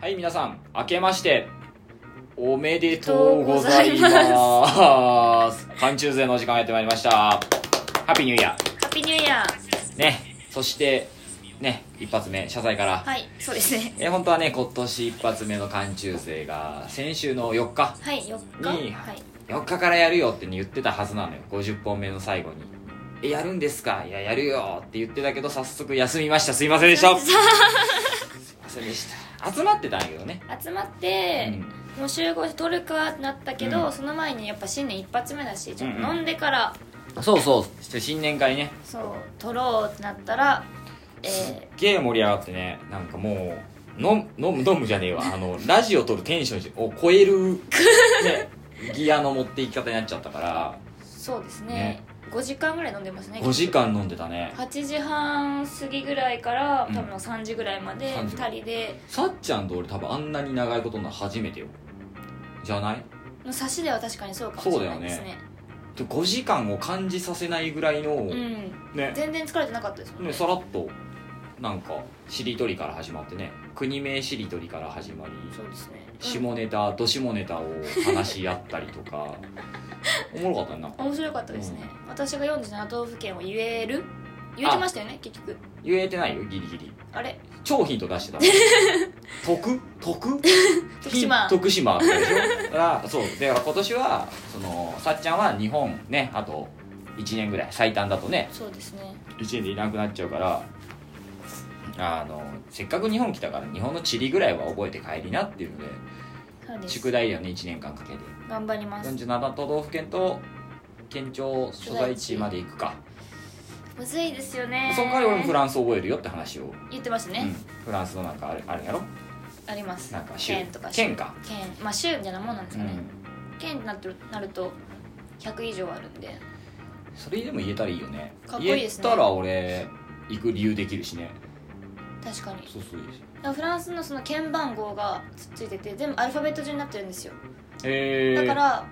はい皆さん明けましておめでとうございます寒中勢のお時間がやってまいりましたハッピーニューイヤハッピーニューイヤーーねそしてね一発目謝罪から、はいそうですね え本当はね今年一発目の寒中勢が先週の4日はい4日にはい4日からやるよってね言ってたはずなのよ50本目の最後に「えやるんですかいややるよ」って言ってたけど早速休みましたすいませんでしたすいませんでした集まってたんやけどね、集まっうて、ん、もう集合して撮るかってなったけど、うんその前にやっぱ新年一発目だしちょっと飲んでから、そうそうそして新年会ねそう撮ろうってなったらえーゲー盛り上がってねなんかもう飲む飲む飲むじゃねえわあのラジオ撮るテンションを超え る、ね、ギアの持っていき方になっちゃったからそうですねね5時間ぐらい飲んでますね5時間飲んでたね8時半過ぎぐらいからうん多分3時ぐらいまで3時2人でさっちゃんと俺多分あんなに長いことになるの初めてよじゃないの差しでは確かにそうかもしれないですねで5時間を感じさせないぐらいの、うんね全然疲れてなかったですもんねねさらっとなんかしりとりから始まってね国名しりとりから始まりそうですね下ネタど下ネタを話し合ったりと かおもろかったな面白かったですね、私が47都道府県を言える言えてましたよね結局言えてないよギリギリあれ超ヒント出 してた徳徳徳島徳島ってでしょだからそうだから今年はそのさっちゃんは日本ねあと1年ぐらい最短だとねそうですね1年でいなくなっちゃうからあのせっかく日本来たから日本の地理ぐらいは覚えて帰りなっていうのでそうです宿題だよね1年間かけて頑張ります47都道府県と県庁所在地まで行くかむずいですよねその代わり俺もフンランス覚えるよって話を、言ってましたうねん、、フランスのなんかあるあるやろありますなんか州県とか州県か県まあ州みたいなもんなんですうかね、ん県になってるなると100以上あるんでそれでも言えたらいいよねかっこいいですね言えたら俺行く理由できるしね確かにだそうそういいですからフランスのその県番号がつついてて全部アルファベット順になってるんですよへえだから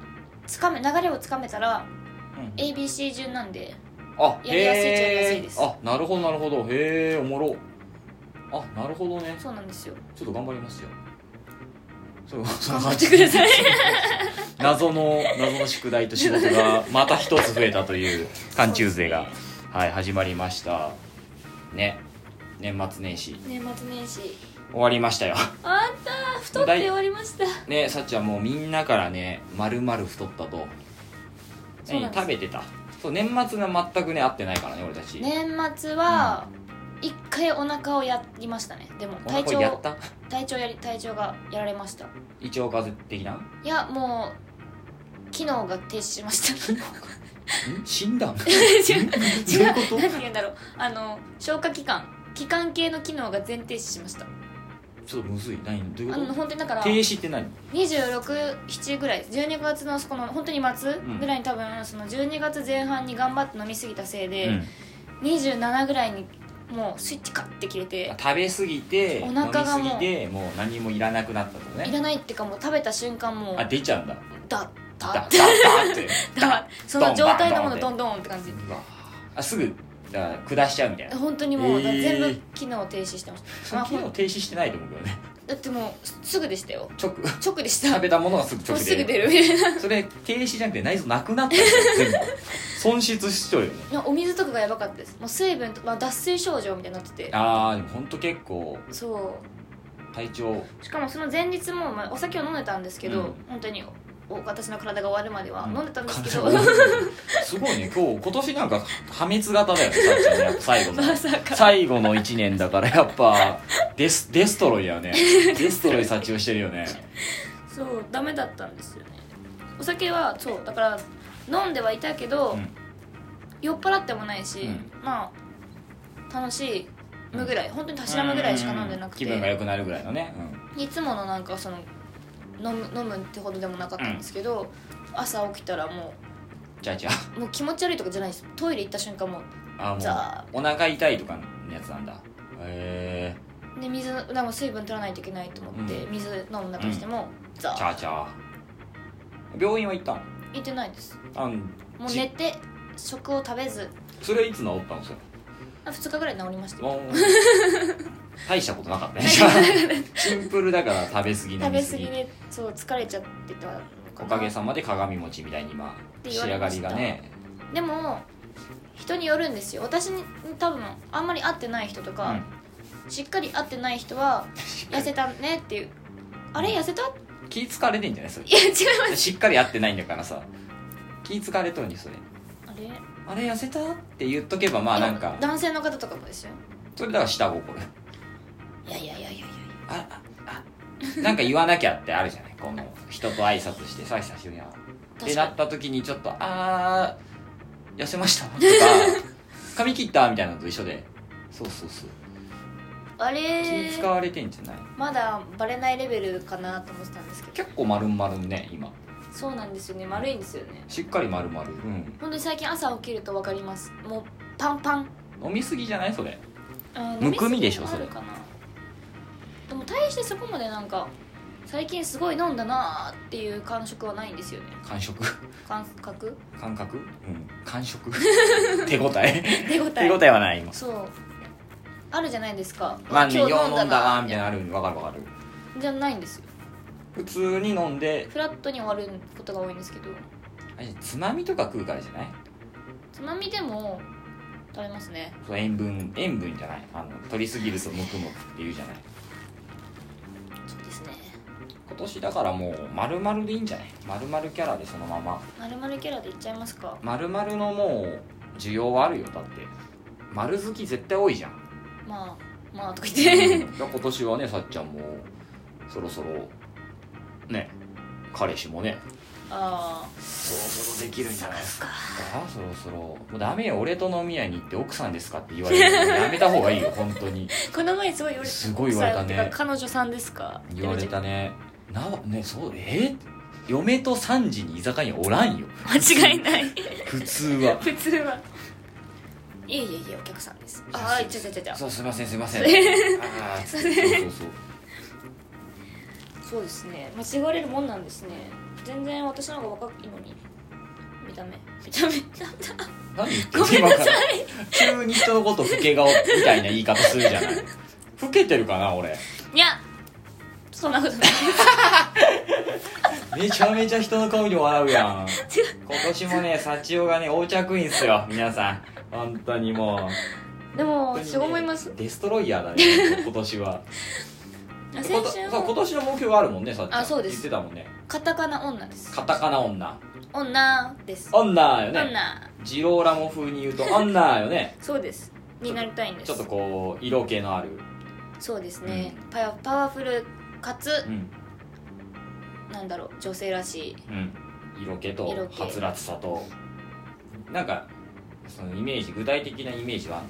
つかめ流れをつかめたらうん ABC 順なんであやりやすいっちゃやりやすいですへーあなるほどなるほどへえおもろあなるほどねそうなんですよちょっと頑張りますよそう頑張ってください謎の謎の宿題と仕事がまた一つ増えたという寒中勢が、はい始まりましたね年末年始年末年始終わりましたよあんた太って終わりましたねさっちゃんもうみんなからねまるまる太ったとそうなんねです食べてたそう年末が全くね合ってないからね俺たち、年末は一回お腹をやりましたねでもお体腹やっ調た体調やり体調がやられました胃腸風邪的ないやもう機能が停止しまし たん診 断違うどういう違こうと何て言うんだろうあの消化器官器官系の機能が全停止しましたちょっとむずい何どういうあこのと本当にだから停止って何267ぐらいです12月のこの本当に末んぐらいに多分その12月前半に頑張って飲みすぎたせいで、うん27ぐらいにもうスイッチカッて切れて食べ過ぎてお腹が飲みも過うぎてもう何もいらなくなったのいねらないっていうかもう食べた瞬間もうあ出ちゃうんだだダッだダッダッって だその状態のものドどンんどんって感じうわあすぐだから下しちゃうみたいな本当にもう、えー全部機能停止してましたそのあ機ほん能停止してないと思うけど ねだってもうすぐでしたよ直直でした食べたものがすぐも直うすぐで出る みたい なそれ停止じゃなくて内臓なくなったんですよ全部損失しちゃうよねお水とかがやばかったですもう水分と、まあ、脱水症状みたいになっててあーでもほんと結構そ体調うしかもその前日も、まあ、お酒を飲んでたんですけど、うん本当にお私の体が終わるまでは飲んでたんですけど、体がすごいね今日今年なんか破滅型だよねさっちゃんねやっぱ最後の まさか最後の1年だからやっ ぱデスデストロイだよねデストロイ殺虫してるよねそうダメだったんですよねお酒はそうだから飲んではいたけど、うん酔っ払ってもないし、うんまあ楽しむぐらい本当にたしなむぐらいしか飲んでなくて、うん気分が良くなるぐらいのね、うんいつものなんかその飲む飲むってほどでもなかったんですけど、朝起きたらもじゃあじゃうもう気持ち悪いとかじゃないですトイレ行った瞬間もああじゃあもうお腹痛いとかのやつなんだへえうで水なんか水分取らないといけないと思って、う水飲んだとしても、ザー、チーャーチャー病院は行ったの行ってないですあのもうじ寝て食を食べずそれはいつ治ったんですよ 2日ぐらい治りましたよもう大したことなかったね シンプルだから食べ過ぎ飲食みべ過過ぎぎでそう疲れちゃってたのかおなかげさまで鏡餅みたいに今て言わ仕れ上がましりたがねでも人によるんですよ私に多分あんまり会ってない人とか、しっかり会ってない人は痩せたねっていうあれ痩せた い気ぃ疲れてんじゃないそれや違います しっかりやってないんだからさ気ぃ疲れとんにそれあれあれ痩せたって言っとけばまあなんか男性の方とかもですよそれだから下心いやいやいやいやいやあああなんか言わなきゃってあるじゃないこの人と挨拶してさ久しぶりやなって確なかった時にちょっと「あー痩せました」とか 「髪切った」みたいなのと一緒でそうそうそうにあ気れ使われてんじゃないまだバレないレベルかなと思ってたんですけど結構丸々ね今そうなんですよね丸いんですよねしっかり丸々うん本当に最近朝起きると分かりますもうパンパン飲みすぎじゃないそれあむくみでしょそれ飲み過ぎもあるかなでも大してそこまでなんか最近すごい飲んだなーっていう感触はないんですよね感触感覚感覚うん感触 手応 え 手応え手応えはない今そうあるじゃないですか、まあねよう今日飲んだ飲んだななみたいなのあるわかるわかるじゃないんですよ普通に飲んでフラットに終わることが多いんですけどあれつまみとか食うからじゃないつまみでも食べますねそう塩分塩分じゃないあの取りすぎるとムクムクっていうじゃないそうですね今年だからもう丸々でいいんじゃない丸々キャラでそのまままるまるキャラでいっちゃいますか丸々のもう需要はあるよだって丸好き絶対多い じゃんまあまあとかう言ってん今年はねさっちゃんもそろそろね彼氏もねあそろそろできるんじゃないですかあそろそろもうダメよ俺と飲み屋に行って奥さんですかって言われるのやめた方がいいよ本当にあこの前すごい言われたすごい言われたね奥さんってか彼女さんですか言われたねなねそうえ嫁と3時に居酒屋におらんよ間違いない普通は普通はいえいえいえお客さんですああいちゃちゃちゃちゃそうすいませんすいませんあーそうそうそうそうですね間違われるもんなんですね全然私の方が若いのに見た目見た目 なんだ何言ってごめん今かなさいら急に人のこと老け顔みたいな言い方するじゃない老けてるかな俺いやそんなことないめちゃめちゃ人の顔見て笑うや ん今年もね幸男がね横着いんすよ皆さん本当にもうでも本当にね私思いますデストロイヤーだね 今年は先今年週そう今も年の目標があるもんねさっきあそうで言すってたもんねカタカナ女ですカタカナ女女です女よね女ジローラモ風に言うと 女よねそうですになりたいんでちすょっとこう色気のある、そうですね、パワパワフルかつうんなんだろう女性らしいうん、色気と色気はつらつさとなんかそのイメージ具体的なイメージは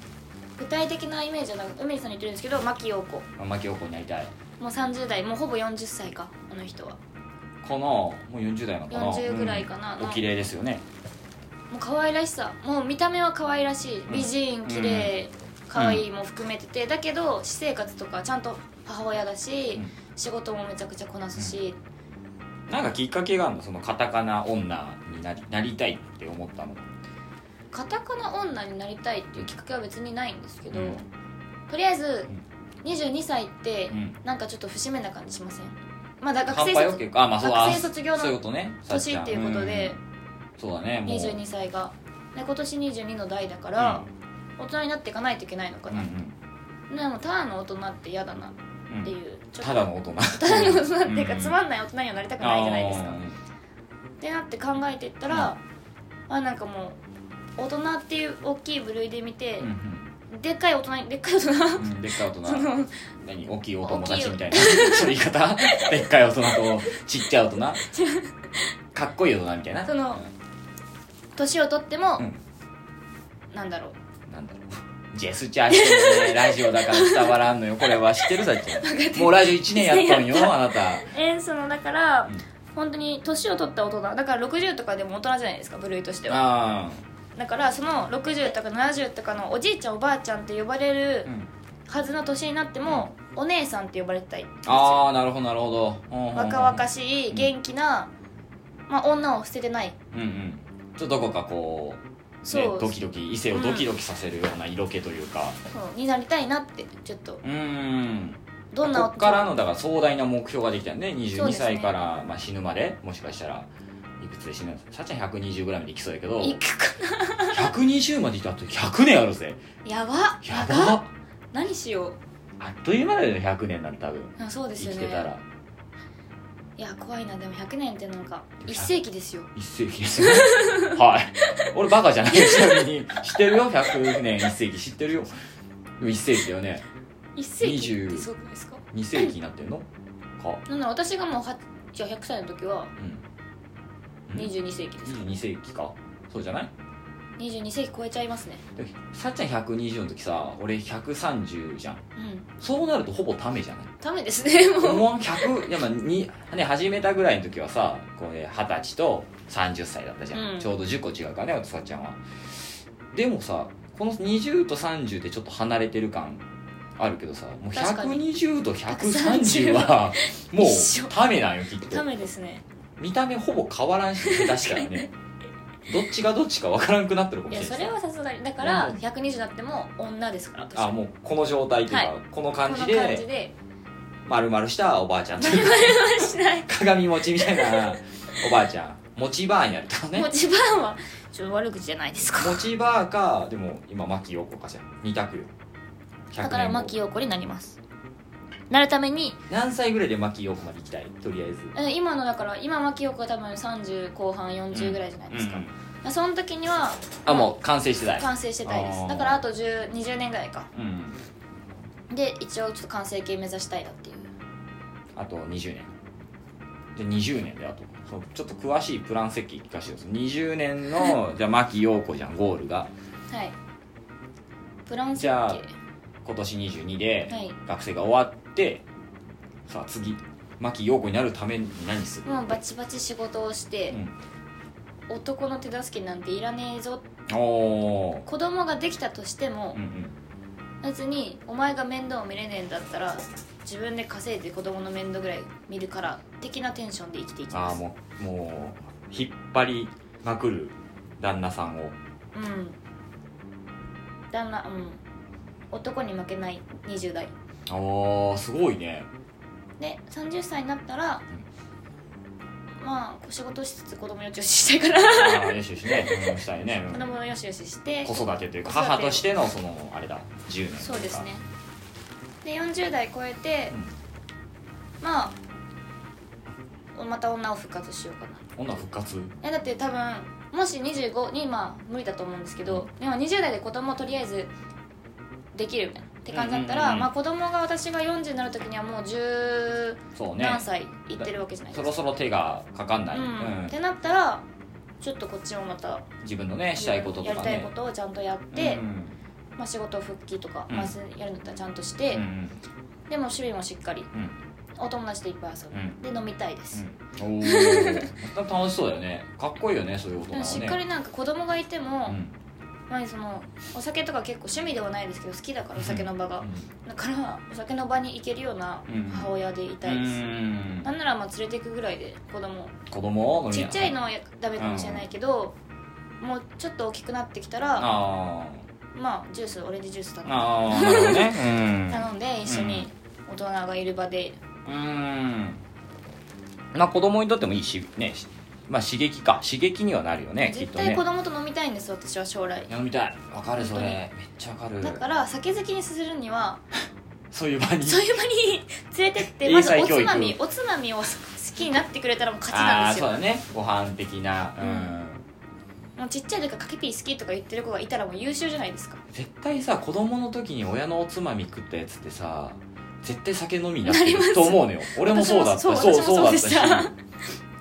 具体的なイメージはなく梅津さんに言ってるんですけど牧陽子牧陽子になりたいもう30代もうほぼ40歳かあの人はこのもう40代のこの40ぐらいかな、うんお綺麗ですよねもう可愛らしさもう見た目は可愛らしいん美人綺麗、可愛いも含めててだけど私生活とかちゃんと母親だうし、ん仕事もめちゃくちゃこなすし、なんかきっかけがあるのそのカタカナ女になりなりたいって思ったのカタカナ女になりたいっていうきっかけは別にないんですけど、うんとりあえずうん22歳ってうんなんかちょっと節目な感じしませんまあだから乾杯学生よ卒結構あまあそうあ学生卒業のそういうことねさち年ゃんっていうことでうんそうだねもう22歳がで今年22の代だから大人になっていかないといけないのかうんうな、んでもただの大人って嫌だなっうんてういんうちょっとただの大人ただの大人っていうかうんつまんない大人にはなりたくないじゃないですあかーってなって考えてったら、あなんかもう大人っていう大きい部類で見てうん、でっかい大人にでっかい大人うんうんでっかい大人 その何大きいお友達みたいなそういう言い方でっかい大人とちっちゃい大人かっこいい大人みたいなその年を取っても、うんなんだろううんなんだろうジェスチャーしてるねラジオだから伝わらんのよこれは知ってるさっきもうラジオ1年やったんよあなたえーそのだから、うん本当に年を取った大人だから60とかでも大人じゃないですか部類としてはあだからその60とか70とかのおじいちゃんおばあちゃんって呼ばれー、るうん、はずの年になっても、お姉さんって呼ばれたいんですよあーなるほどなるほど若々ししういん元気な、まあ、女を捨ててないうんうんちょっとどこかこうそうドキドキ異性をドキドキさせるような色気というかそうになりたいなってちょっとうーんどんなこっからのだから壮大な目標ができたよねそう22ですね歳から、まあ、死ぬまでもしかしたらいくつで死ぬんですかさっちゃん120ぐらいまでいきそうやけどいくか120までいったらあと100年あるぜやばや長っば何しようあっという間だよね100年なんて多分あそうです生よきねてたらいや怖いなでも100年ってなんか1世紀ですよ一世紀ですよ はい俺バカじゃないちなみに知ってるよ100年一世紀知ってるよでも一世紀だよね1世紀20ってすごくないですか二世紀になってんのかなんだろう私がもうはじゃあ100歳の時はうんうん22世紀ですか22世紀かそうじゃない22世紀超えちゃいますねでさっちゃん120の時さ俺130じゃんうんそうなるとほぼためじゃないダメですねもうもう100いやまあに、ね、始めたぐらいの時はさこうね二十、歳と30歳だったじゃん、うんちょうど10個違うからね私さっちゃんはでもさこの20と30でちょっと離れてる感あるけどさもう確かに120と130は もう一緒ためなんよきっとダメですね見た目ほぼ変わらんし下手しから ねどっちがどっちかわからんくなってるかもいしれなやいそれはさすがにだから120だっても女ですから私あもうこの状態というか、はいこのこ感のじ感じでで 丸々したおばあちゃんというかしない鏡餅みたいなおばあちゃん餅バーになるからねもう自分はちょっと悪口じゃないですか餅バーかでも今牧陽子かじゃん二択よ100だから年後牧陽子になりますなるために何歳ぐらいで牧陽子まで行きたいとりあえずえ今のだから今牧陽子が多分30後半40ぐらいじゃないですか、うんうんその時にはあもう完成してない完成してたいであすーだからあと10 20年ぐらいかうんで一応ちょっと完成形目指したいなっていうあと20年で20年であとそうちょっと詳しいプラン設計聞かせてよ20年 のじゃあ牧陽子じゃんゴールがはいプラン設じ計ゃあは今年22でい学生が終わってさあ次牧陽子になるために何するもうバチバチ仕事をして、男の手助けなんていらねえぞうん、おー子供ができたとしてもうんうん別にお前が面倒を見れねえんだったら自分で稼いで子供の面倒ぐらい見るから的なテンションで生きていきあまあすもうもう引っ張りまくる旦那さんをうん旦那うん男に負けない20代ああすごいねで30歳になったら、まあ仕事しつつ子供よちよししたいからああよしよし ねうんしたいね子うん供のよしよしして子育てというか子育て母としてのそのあれだ10年というかそうですねで40代超えて、まあまた女を復活しようかな女復活えだって多分もし25にまあ無理だと思うんですけどでも20代で子供をとりあえずできるみたいなって感じだったら、うんうんうんまあ、子供が私が40になる時にはもう十そうね何歳いってるわけじゃないそですか、ろそろ手がかかんない、ううんんってなったらちょっとこっちもまた自分のねしたいこととやりかたいねことをちゃんとやって、うんまあ、仕事復帰とか、うんまあ、やるんだったらちゃんとしうて、んうんでも趣味もしっかりうんお友達といっぱい遊ぶ、うんで飲みたいです、うんおー楽しそうだよねかっこいいよねそういう大人ではもねしっかりなんか子供がいても、うんまあ、そのお酒とか結構趣味ではないですけど好きだからお酒の場が、うんだからお酒の場に行けるようなうん母親でいたいです、なんならまあ連れて行くぐらいで子供うん子供を飲みちなっちゃいのはダメかもしれないけど、もうちょっと大きくなってきたらああまあジュースオレンジジュース頼んでああなるほど ね頼んで一緒に大人がいる場で、うんうんまあ子供にとってもいいしねしまあ刺激か刺激にはなるよねきっ絶と対ね子供と飲みたいんです私は将来飲みたいわかるそれめっちゃわかるだから酒好きにするにはそういう場にそういう場に連れてって英まず才お教つ育まみおつまみを好きになってくれたらもう勝ちあなあんですそうよだねご飯的なうん、もうちっちゃい時からかけピー好きとか言ってる子がいたらもう優秀じゃないですか絶対さ子供の時に親のおつまみ食ったやつってさ絶対酒飲みになっなてりますると思うのよ俺もそうだった私もそう私もそうでしただったし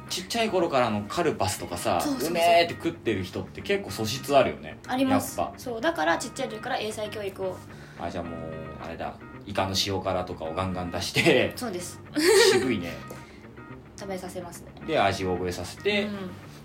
ちっちゃい頃からのカルパスとかさそうそうそううめーって食ってる人って結構素質あるよねありますやっぱそうだからちっちゃい時から英才教育をあじゃあもうあれだイカの塩辛とかをガンガン出して そうです渋いね食べさせますねで味を覚えさせて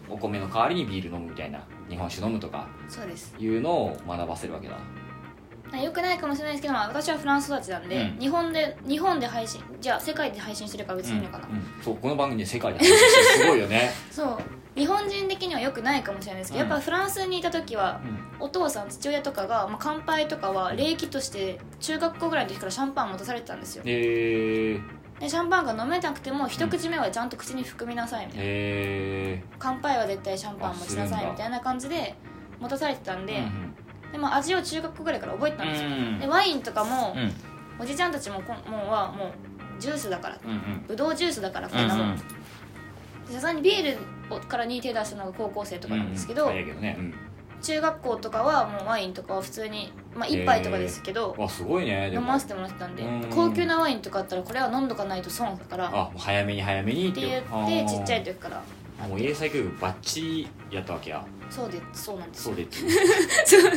う、んお米の代わりにビール飲むみたいな日本酒飲むとかそうですいうのを学ばせるわけだよくないかもしれないですけど、まあ私はフランス育ちなんで、うん日本で日本で配信じゃあ世界で配信してるから別にいいのかな、うんうんそうこの番組で世界で話してるすごいよねそう日本人的にはよくないかもしれないですけど、うんやっぱフランスにいた時はうんお父さん父親とかが、まあ、乾杯とかは礼儀として中学校ぐらいの時からシャンパン持たされてたんですよえー、でシャンパンが飲めなくても一口目はちゃんと口に含みなさいみたいな、え乾杯は絶対シャンパン持ちなあすさるんいだみたいな感じで持たされてたんー、で、でも味を中学校ぐらいから覚えてたんですよ、うんでワインとかも、うんおじちゃんたちもこんもうはもうジュースだからうんうんぶどうジュースだからこんなもんさすがにビールをからに手出したのが高校生とかなんですけうど、んうん早いけどね、うん中学校とかはもうワインとかは普通に、まあ、1杯とかですけど、わすごいねで飲もませてもらってたんでうん高級なワインとかあったらこれは飲んどかないと損だからっあもう早めに早めにってて言ってちっちゃい時からあーもう英才教育バッチリやったわけやそうでそうなんですそようです そうそうで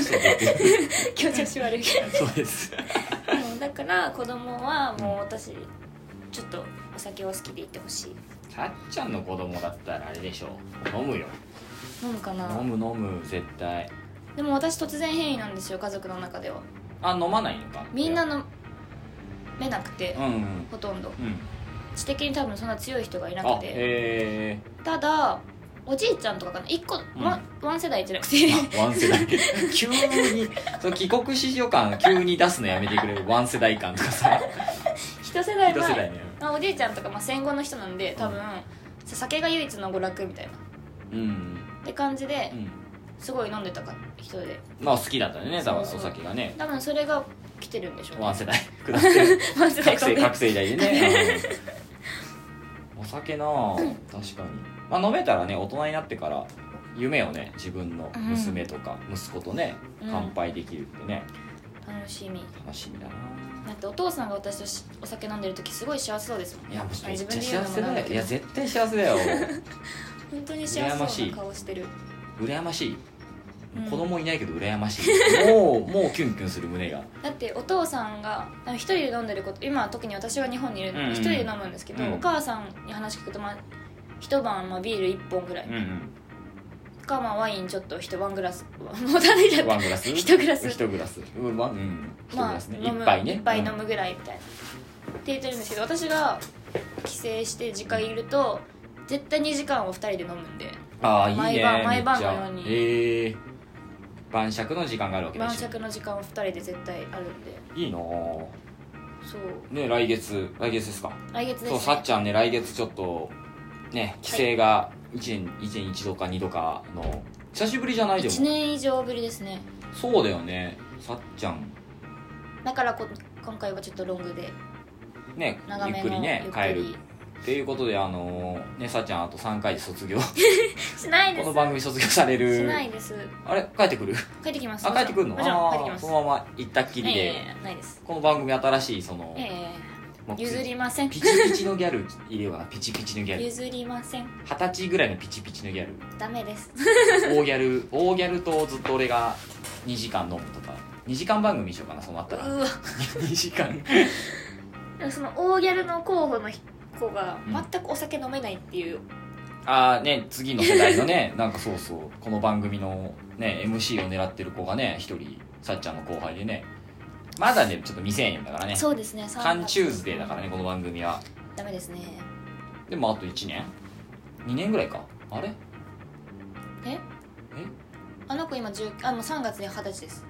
す 今日調子悪いけそうですどもうだから子供はもう私ちょっとお酒は好きでいてほしいたっちゃんの子供だったらあれでしょ飲むよ飲むかな飲む飲む絶対でも私突然変異なんですよ家族の中ではあ飲まないのかみんな飲めなくて、うんうんほとんどうん知的に多分そんな強い人がいなあくてへただおじいちゃんとかかな1個、んワンワン世代じゃなくてえワン世代急にその帰国子女感急に出すのやめてくれるワン世代感とか さ 一世代一前世代ねまあおじいちゃんとか、まあ、戦後の人なんで多分、酒が唯一の娯楽みたいなうんって感じでう、んすごい飲んでたか人でまあ好きだったよねだからおそうそう酒がね多分それが来てるんでしょうねワン世代 下ってワン世覚代飛ん醒で覚醒剤でねうんお酒なあ確かにまあ飲めたらね大人になってから夢をね自分の娘とか息子とね、うん乾杯できるってね楽しみ楽しみだなだってお父さんが私としお酒飲んでる時すごい幸せそうですもんいやもうめっ自ち分ゃ幸で言うのもせなだんだよけいどや絶対幸せだよ本当に幸羨ましせいな顔してる羨ましいうん子供いないけど羨ましいもう もうキュンキュンする胸がだってお父さんがあの一人で飲んでること今は特に私は日本にいるのうんうんで一人で飲むんですけど、うんお母さんに話聞くと、まあ、一晩、まあ、ビール一本ぐらい、うんうか、まあ、ワインちょっと一晩グラスもたれちゃっんたワングラス一グラス一グラスうんワンうん一グまあラスね飲一む杯ね一杯飲むぐらいみたいな、って言ってるんですけど私が帰省して実家いると絶対2時間を2人で飲むんでああいいね毎晩毎晩めっちゃのようにええ晩酌の時間があるわけだ晩し酌の時間を2人で絶対あるんでいいなぁそうね来月来月ですか来月です、ね、そうさっちゃんね来月ちょっとね帰省が1年一年一度か2度かの久しぶりじゃないで1も年以上ぶりですねそうだよねさっちゃんだからこ今回はちょっとロングでね長ゆめっのくりね帰るっていうことであのーねさっちゃんあと3回で卒業こしないですの番組卒業されるしないですあれ帰ってくる帰ってきますあ帰ってくるのもちろんあ帰ーってきますそのまま行ったっきりで、ええないですこの番組新しいその、えもうえ譲りませんピチピチのギャルいればなピチピチのギャル譲りません二十歳ぐらいのピチピチのギャルダメです大ギャル大ギャルとずっと俺が2時間飲むとか2時間番組にしようかなそうなっうた らわ2時間でもその大ギャルの候補の子が全くお酒飲めないっていう、ああね次の世代のね なんかそうそうこの番組のね MC を狙ってる子がね一人さっちゃんの後輩でねまだねちょっと未成年だからねそうですねカンチューズデーだだからねこの番組はダメですねでもあと1年2年ぐらいかあれええあの子今10あもう3月で二十歳です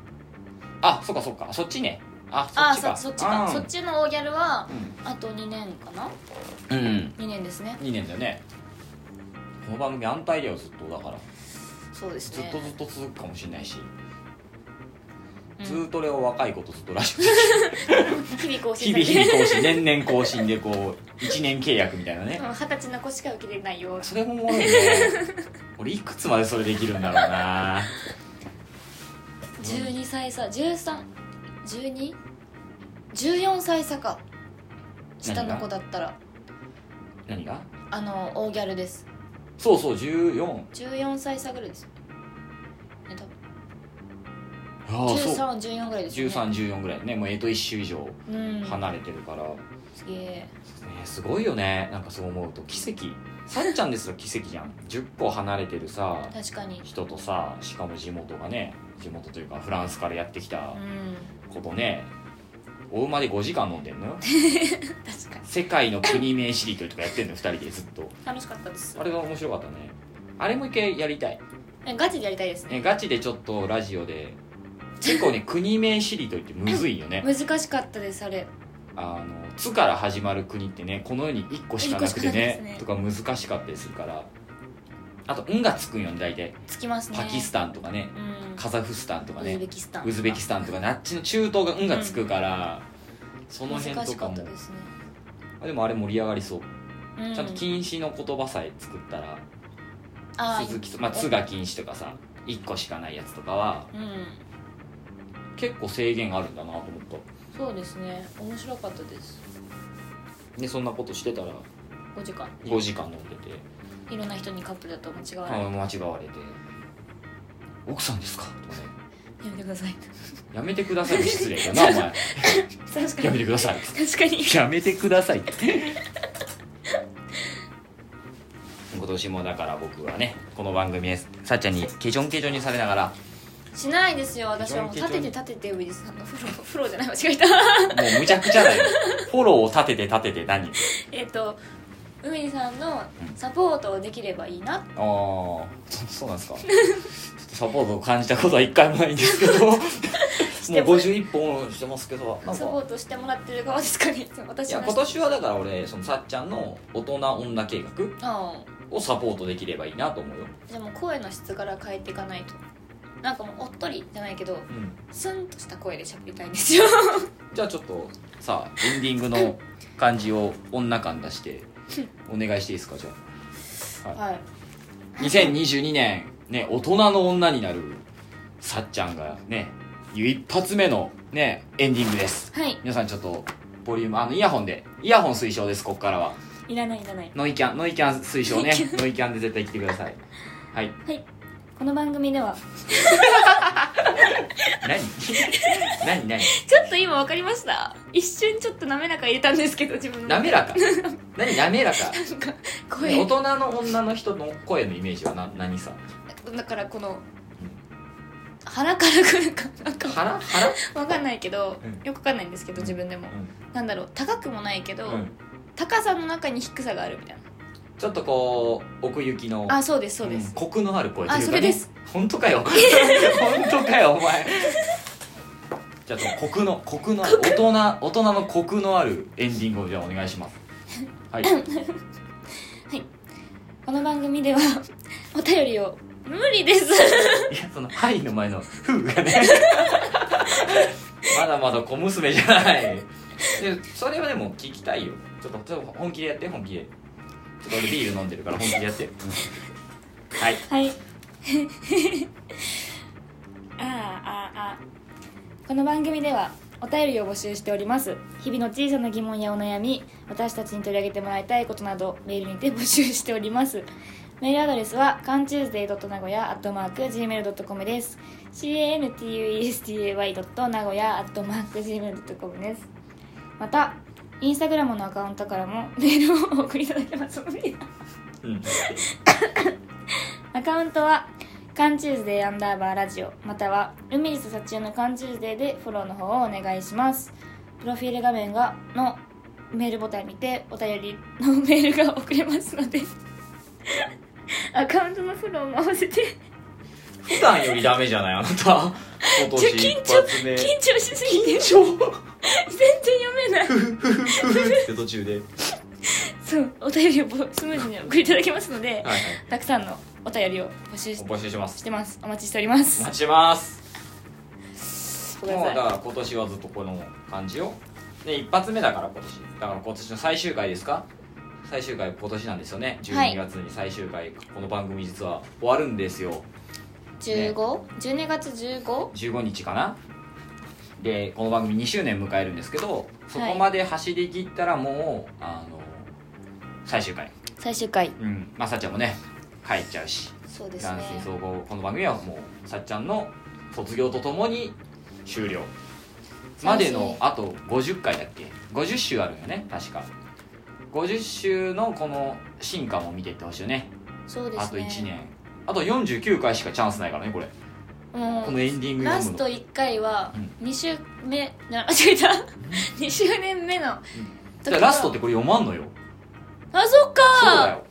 あそっかそっかそっちねあそあっちかそそっちか、うんそっちの大ギャルはあと2年かなうん、うん、 2年ですね2年だよねこの番組安泰だよずっとだからそうですずねっとずっと続くかもしれないし、うんずーっと俺を若い子とずっとラジ日々更オ新日さ々日々れてる更新年々更新でこう1年契約みたいなねうん二十歳の子しか受けれないよそれももろいね俺いくつまでそれできるんだろうな12歳差131214歳差か下の子だったら何があの大ギャルですそうそう14 14歳差ぐらいですね多分ああそう1314ぐらいですよね1314ぐらいねもうえと1周以上うん離れてるから、ねすげえすごいよねなんかそう思うと奇跡さっちゃんですら奇跡じゃん10個離れてるさ確かに人とさしかも地元がね地元というかフランスからやってきたうんことねお馬で5時間飲んでんのよ確かに世界の国名しりとりとかやってんの2人でずっと楽しかったですあれが面白かったねあれも一回やりたいえガチでやりたいですねねガチでちょっとラジオで結構ね国名しりとりってむずいよね難しかったですあれあの「つ」から始まる国ってねこの世に1個しかなくて一個しかないでねすねとか難しかったりするからあと「ん」がつくんよね大体つきますねパキスタンとかねうんカザフスタンとかウズベねキスタンウズベキスタンとかねあっちの中東が「ん」がつくから、その辺難としかかっもたですねあでもあれ盛り上がりそう、うちゃんと禁止の言葉さえ作ったらあー鈴木とまあ「つ」が禁止とかさ1個しかないやつとかはうん結構制限あるんだなと思ったそうですね面白かったですでそんなことしてたら5時間5時間飲んでて、いろんな人にカップルだと間違わあれない間違われて「奥さんですか?」とかねやめてくだ さい「やめてください」失礼だなお 前確やかめにてください確かにやめてくださいって今年もだから僕はねこの番組でさっちゃんにケチョンケチョンにされながらもしないですよ私はもう非常立にてて立ててウィリスさんのフローフローじゃない間違えた うむちゃくちゃだよフォローを立てて立てて何えっと海さんのサポートをできればいいなああそそうなんですかちょっとサポートを感じたことは一回もないんですけ どもうてます51本してますけどなんサポかートしてもらってる側ですかねい私やは今年はだから俺そのさっちゃんの大人女計画ああをサポートできればいいなと思うよ、じゃあもう声の質から変えていかないとなんかもうおっとりじゃないけどうん、スンとした声で喋りたいんです よじゃあちょっとさあエンディングの感じを女感出してお願いしていいですかじゃはいあ2022年ね大人の女になるさっちゃんがね一発目のねエンディングですはい皆さんちょっとボリュームあのイヤホンでイヤホン推奨ですここからはいらないいらないノイキャンノイキャン推奨ねノイキャンで絶対来てくださいはい はいこの番組では何何何ちょっと今分かりました一瞬ちょっと滑らか入れたんですけど自分の滑らか何滑らかなんか声大人の女の人の声のイメージはな何さだからこの腹からくるかなんか腹腹わかんないけど、うんよくわかんないんですけど自分でも、なんだろう高くもないけど、うん、うん、高さの中に低さがあるみたいちょっとこう奥行きのなあそうですそうでん、すコクのある声というか、ね、あそれです本当か よ本当かよお前じゃあそのコクのコクのある大人大人のコクのあるエンディングをじゃあお願いしますはいこの番組では お便りを無理ですいや、その、はいの前の、ふうがね。 まだまだ小娘じゃない。で、それはでも聞きたいよ。ちょっと、ちょっと本気でやって、本気で。ちょっと俺ビール飲んでるから本気でやって。はい。はい ああああこの番組ではお便りを募集しております日々の小さな疑問やお悩み私たちに取り上げてもらいたいことなどメールにて募集しておりますメールアドレスは c a n t u e s d a y n a g o y a g m a i l c o m です cantuesday.nagoya.gmail.com ですまたインスタグラムのアカウントからもメールをお送りいただけますのでうん。アカウントは「カンチューズデーアンダーバーラジオ」または「海にささちゅうのカンチューズデー」でフォローの方をお願いしますプロフィール画面がのメールボタンにてお便りのメールが送れますの でアカウントのフォローも合わせて普段よりダメじゃないあなた。今ちょ年緊一張発目。緊張しすぎて全張緊張然読 めないふふふふふって途中で。そうお便りをぼスムーズにお送りいただけますのではいはい。たくさんのお便りを募集しお募集しますし。てますお待ちしておりまおす待ちしてます。ごめんもうなだかさら今年はずっとこの感じをで一発目だから今年だから今年の最終回ですか最終回今年なんですよねはい12月に最終回、この番組実は終わるんですよい 15?12 月 15? 15日かなでこの番組2周年迎えるんですけどそこまで走り切ったらもう、あの最終回最終回うんまあさっちゃんもね帰っちゃうしそうです男ね性総合この番組はもうさっちゃんの卒業とともに終了までのあと50回だっけ50週あるよね確か50週のこの進化も見ていってほしいよねそうですねあと1年あと49回しかチャンスないからねこれもこうのエンディングラ読スむトの1回はうん2週目な 間違えた2周年目のじゃあラストってこれ読まんのよあそっそうだかよ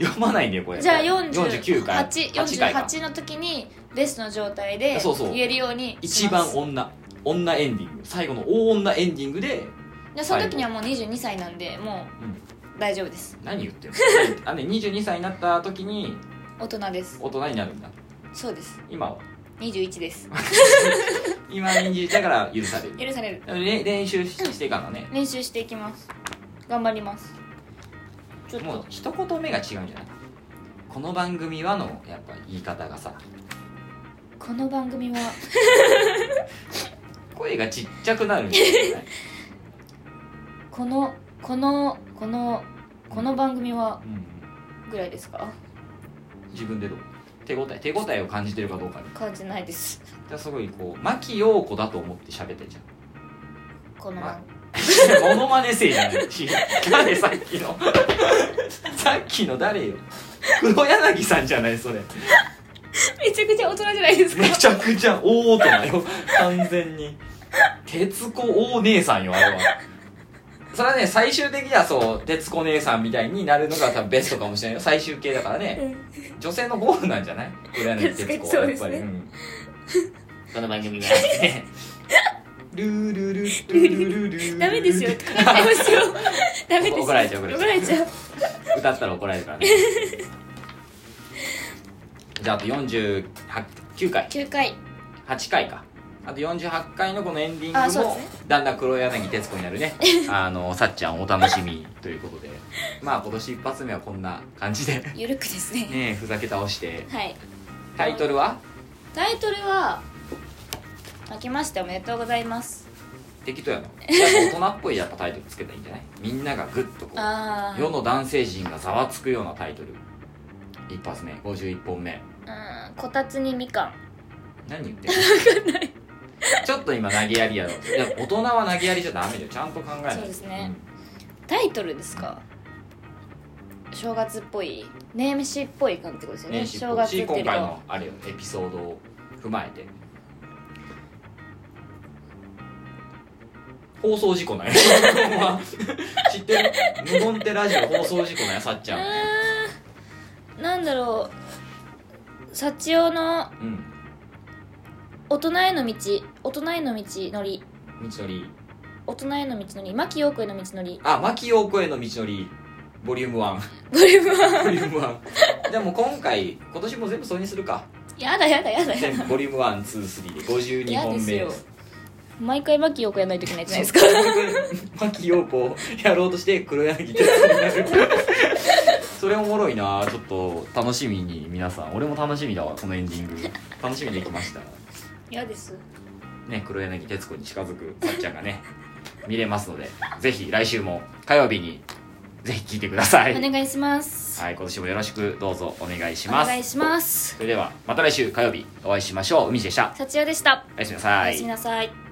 読まないんだよこれじゃあ49回回か48の時にベストの状態でそうそう言えるように一しま番す女女エンディング最後の大女エンディングででその時にはもう22歳なんでもうんう大丈夫です何言ってるのあね22歳になった時に大人です大人になるんだそうです今は21です今22だから許される許されるれ練習ししていかんのね練習していきます頑張りますちょっもうと一言目が違うんじゃないこの番組はのやっぱ言い方がさこの番組は声がちっちゃくなるんじ ゃない、このこのこのこの番組はうん、ぐらいですか自分でどう手応え手応えを感じてるかどうかね感じないですだからすごいこう牧陽子だと思って喋ってんじゃん このま番モノマネ生じゃないし誰さっきの さっきの誰よ黒柳さんじゃないそれめちゃくちゃ大人じゃないです かめちゃくちゃ大大人よ完全に徹子大姉さんよあれはそれはね最終的にはそう徹子姉さんみたいになるのが多分ベストかもしれないよ最終形だからね女性のゴールなんじゃない黒柳徹確かに子そはやうでっすぱねり、うん、この番組がルールルルルルルルル ダメですよ怒られますよダメですよ怒られちゃう怒られちゃう怒られちゃう 歌ったら怒られるからねじゃああと48 9回9回8回かあと48回のこのエンディあングそうでも、すねだんだん黒柳徹子になる ねあのさっちゃんお楽しみということでまあ今年一発目はこんな感じでねゆるくですねえふざけ倒してはいタイトルはタイトルは「明けましておめでとうございます適当やなやっぱ大人っぽいやっぱタイトルつけたらいいんじゃないみんながグッと」こうああ世の男性陣がざわつくようなタイトル一発目51本目うんこたつにみかん何言ってるちょっと今投げやりやろいや大人は投げやりじゃダメだよちゃんと考えないとそうですねタイトルですか正月っぽい年始っぽい感じってことでうすよんねねし正月っ今て回いうかのあれよエピソードを踏まえて放送事故 なんや知ってる無言ってラジオ放送事故なんやさっちゃんうーんなんだろう幸男のうん大人への道大人への道のり道のり大人への道のり牧陽子への道のりあ牧陽子への道のりボリューム1ボリュームはボリューム1でも今回今年も全部それにするかやだやだやだや全部ボリューム123で52だ本目嫌ですよ毎回牧陽子やんないといけないじゃない ですか牧陽子をやろうとして黒柳徹子になるそれおもろいなちょっと楽しみに皆さん俺も楽しみだわこのエンディング楽しみにできました嫌ですね黒柳徹子に近づくさっちゃんがね見れますのでぜひ来週も火曜日にぜひ聞いてください、お願いしますはい、今年もよろしくどうぞお願いしおます願いしますそれではまた来週火曜日お会いしましょう海地でした幸代でしたおやすみなおさやいすみなさい